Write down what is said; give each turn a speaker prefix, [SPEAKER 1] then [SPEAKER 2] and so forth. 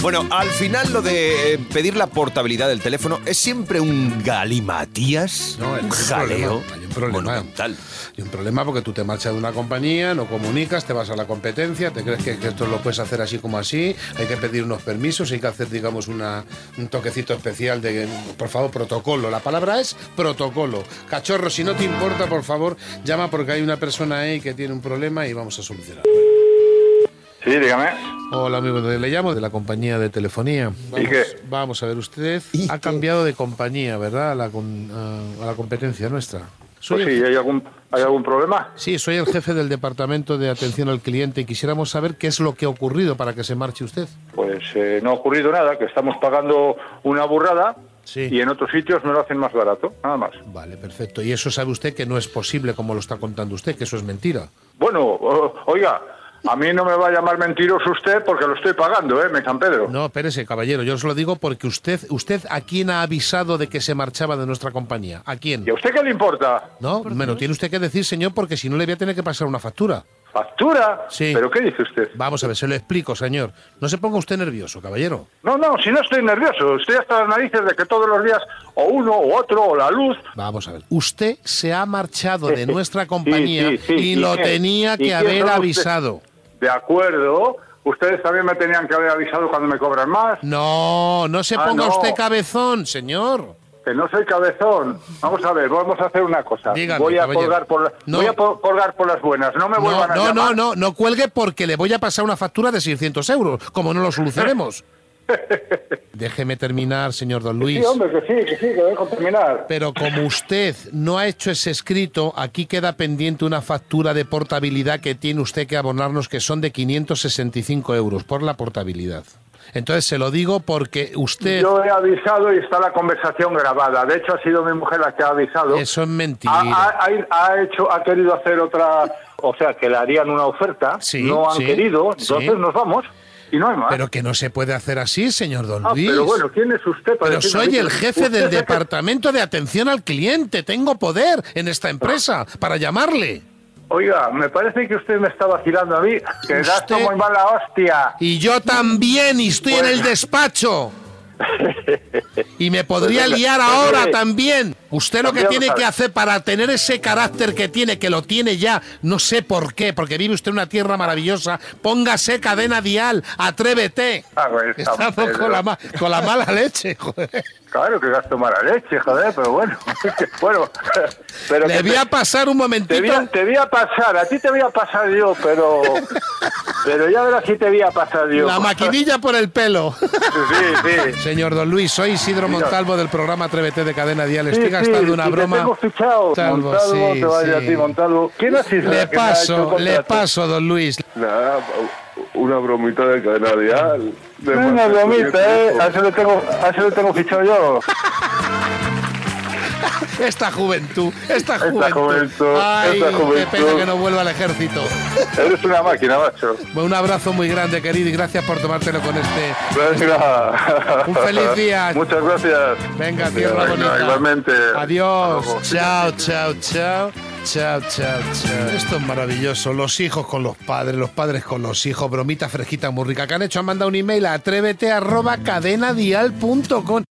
[SPEAKER 1] Bueno, al final lo de eh, pedir la portabilidad del teléfono es siempre un galimatías,
[SPEAKER 2] No, hay
[SPEAKER 1] un
[SPEAKER 2] un
[SPEAKER 1] jaleo
[SPEAKER 2] problema, hay un problema.
[SPEAKER 1] monumental.
[SPEAKER 2] Y un problema porque tú te marchas de una compañía, no comunicas, te vas a la competencia, te crees que, que esto lo puedes hacer así como así, hay que pedir unos permisos, hay que hacer, digamos, una, un toquecito especial de, por favor, protocolo. La palabra es protocolo. Cachorro, si no te importa, por favor, llama porque hay una persona ahí que tiene un problema y vamos a solucionarlo.
[SPEAKER 3] Sí, dígame. Pues
[SPEAKER 2] Hola, amigo, le llamo de la compañía de telefonía. Vamos,
[SPEAKER 3] ¿Y qué?
[SPEAKER 2] vamos a ver, usted ha cambiado de compañía, ¿verdad? A la, con- a- a la competencia nuestra. Soy
[SPEAKER 3] Pues
[SPEAKER 2] el
[SPEAKER 3] sí, ¿hay algún, ¿hay algún problema?
[SPEAKER 2] Sí, soy el jefe del departamento de atención al cliente y quisiéramos saber qué es lo que ha ocurrido para que se marche usted.
[SPEAKER 3] Pues eh, no ha ocurrido nada, que estamos pagando una burrada
[SPEAKER 2] Sí.
[SPEAKER 3] y en otros sitios me lo hacen más barato, nada más.
[SPEAKER 2] Vale, perfecto. Y eso sabe usted que no es posible como lo está contando usted, que eso es mentira.
[SPEAKER 3] Bueno, o- oiga, a mí no me va a llamar mentiroso usted porque lo estoy pagando, ¿eh? Me San Pedro.
[SPEAKER 2] No, espérese, caballero, yo os lo digo porque usted, usted a quién ha avisado de que se marchaba de nuestra compañía. ¿A quién?
[SPEAKER 3] ¿Y a usted qué le importa?
[SPEAKER 2] No, me lo tiene usted que decir, señor, porque si no le voy a tener que pasar una factura.
[SPEAKER 3] ¿Factura?
[SPEAKER 2] Sí.
[SPEAKER 3] ¿Pero qué dice usted?
[SPEAKER 2] Vamos a ver, se lo explico, señor. No se ponga usted nervioso, caballero.
[SPEAKER 3] No, no, si no estoy nervioso, estoy hasta las narices de que todos los días o uno o otro o la luz...
[SPEAKER 2] Vamos a ver. Usted se ha marchado de nuestra
[SPEAKER 3] Sí,
[SPEAKER 2] compañía
[SPEAKER 3] sí, sí,
[SPEAKER 2] y lo
[SPEAKER 3] qué?
[SPEAKER 2] tenía
[SPEAKER 3] ¿Y
[SPEAKER 2] que
[SPEAKER 3] qué
[SPEAKER 2] haber
[SPEAKER 3] son
[SPEAKER 2] avisado.
[SPEAKER 3] ustedes? De acuerdo, ustedes también me tenían que haber avisado cuando me cobran más.
[SPEAKER 2] No, no se
[SPEAKER 3] Ah,
[SPEAKER 2] ponga
[SPEAKER 3] no.
[SPEAKER 2] usted cabezón, señor.
[SPEAKER 3] Que no soy cabezón. Vamos a ver, vamos a hacer una cosa.
[SPEAKER 2] Dígame,
[SPEAKER 3] voy a
[SPEAKER 2] caballero.
[SPEAKER 3] colgar por la-
[SPEAKER 2] No.
[SPEAKER 3] voy a po- colgar por las buenas. No me
[SPEAKER 2] No,
[SPEAKER 3] vuelvan a
[SPEAKER 2] no, no,
[SPEAKER 3] llamar.
[SPEAKER 2] no, no cuelgue porque le voy a pasar una factura de 600 euros, como no lo solucionemos. Déjeme terminar, señor Don Luis.
[SPEAKER 3] Sí, hombre, que sí, que sí, que dejo terminar.
[SPEAKER 2] Pero como usted no ha hecho ese escrito, aquí queda pendiente una factura de portabilidad que tiene usted que abonarnos, que son de 565 euros por la portabilidad. Entonces se lo digo porque usted...
[SPEAKER 3] Yo he avisado y está la conversación grabada. De hecho, ha sido mi mujer la que ha avisado.
[SPEAKER 2] Eso es mentira.
[SPEAKER 3] Ha, ha- ha- ha hecho, ha querido hacer otra, o sea, que le harían una oferta.
[SPEAKER 2] Sí,
[SPEAKER 3] no han
[SPEAKER 2] sí,
[SPEAKER 3] querido,
[SPEAKER 2] sí.
[SPEAKER 3] entonces nos vamos y no hay más.
[SPEAKER 2] Pero que no se puede hacer así, señor Don
[SPEAKER 3] Ah,
[SPEAKER 2] Luis.
[SPEAKER 3] pero bueno, ¿quién es usted para
[SPEAKER 2] Pero
[SPEAKER 3] decirme a mí
[SPEAKER 2] soy
[SPEAKER 3] que-
[SPEAKER 2] el jefe
[SPEAKER 3] Usted
[SPEAKER 2] del
[SPEAKER 3] es el que-
[SPEAKER 2] departamento de atención al cliente. Tengo poder en esta empresa para llamarle.
[SPEAKER 3] Oiga, me parece que usted me está vacilando a mí. Que
[SPEAKER 2] Usted-
[SPEAKER 3] gasto muy mala hostia.
[SPEAKER 2] Y yo también, y estoy en el despacho. Y me podría
[SPEAKER 3] Pues,
[SPEAKER 2] liar
[SPEAKER 3] pues,
[SPEAKER 2] ahora
[SPEAKER 3] mire,
[SPEAKER 2] también. Usted lo que
[SPEAKER 3] cambiamos,
[SPEAKER 2] tiene que
[SPEAKER 3] ¿sabe?
[SPEAKER 2] hacer para tener ese carácter que tiene, que lo tiene ya, no sé por qué, porque vive usted en una tierra maravillosa, póngase cadena dial, atrévete.
[SPEAKER 3] Ah, pues, está
[SPEAKER 2] Estamos
[SPEAKER 3] Pedro.
[SPEAKER 2] con la, ma- con la mala leche, joder.
[SPEAKER 3] Claro que gasto mala leche, joder, pero bueno. bueno, pero
[SPEAKER 2] Le
[SPEAKER 3] que
[SPEAKER 2] voy
[SPEAKER 3] te-
[SPEAKER 2] a pasar un
[SPEAKER 3] te, voy a,
[SPEAKER 2] momentito.
[SPEAKER 3] te voy a pasar, a ti te voy a pasar yo, pero. Pero ya verás si te voy a pasar yo.
[SPEAKER 2] La maquinilla por el pelo.
[SPEAKER 3] Sí, sí.
[SPEAKER 2] Señor Don Luis, soy Isidro
[SPEAKER 3] Mira.
[SPEAKER 2] Montalvo del programa Atrévete de Cadena Dial. Estoy
[SPEAKER 3] Sí,
[SPEAKER 2] gastando
[SPEAKER 3] sí,
[SPEAKER 2] una
[SPEAKER 3] si
[SPEAKER 2] broma.
[SPEAKER 3] Te tengo fichado.
[SPEAKER 2] Montalvo,
[SPEAKER 3] Montalvo,
[SPEAKER 2] sí,
[SPEAKER 3] te vaya
[SPEAKER 2] sí.
[SPEAKER 3] a ti, Montalvo. ¿Quién ha sido
[SPEAKER 2] Le
[SPEAKER 3] la que me ha hecho
[SPEAKER 2] paso,
[SPEAKER 3] el
[SPEAKER 2] le
[SPEAKER 3] contrato?
[SPEAKER 2] paso, Don Luis.
[SPEAKER 4] Nada, una bromita de canadial. De
[SPEAKER 3] Una
[SPEAKER 4] Manchester
[SPEAKER 3] bromita, ¿eh?
[SPEAKER 4] United.
[SPEAKER 3] A ese lo tengo, a ese lo tengo fichado yo.
[SPEAKER 2] Esta juventud, esta juventud.
[SPEAKER 3] juventud,
[SPEAKER 2] Ay,
[SPEAKER 3] esta
[SPEAKER 2] qué
[SPEAKER 3] juventud.
[SPEAKER 2] pena que no vuelva al ejército.
[SPEAKER 3] Eres una máquina, macho.
[SPEAKER 2] Un abrazo muy grande, querido, y gracias por tomártelo con este.
[SPEAKER 3] Venga.
[SPEAKER 2] Un feliz día.
[SPEAKER 3] Muchas gracias.
[SPEAKER 2] Venga, tierra
[SPEAKER 3] Venga,
[SPEAKER 2] bonita.
[SPEAKER 3] igualmente.
[SPEAKER 2] Adiós.
[SPEAKER 3] Hasta luego.
[SPEAKER 2] Chao, chao, chao. Chao, chao, chao. Esto es maravilloso. Los hijos con los padres, los padres con los hijos. Bromita fresquita muy rica. ¿Qué han hecho? Han mandado un email a atrévete arroba cadenadial.com.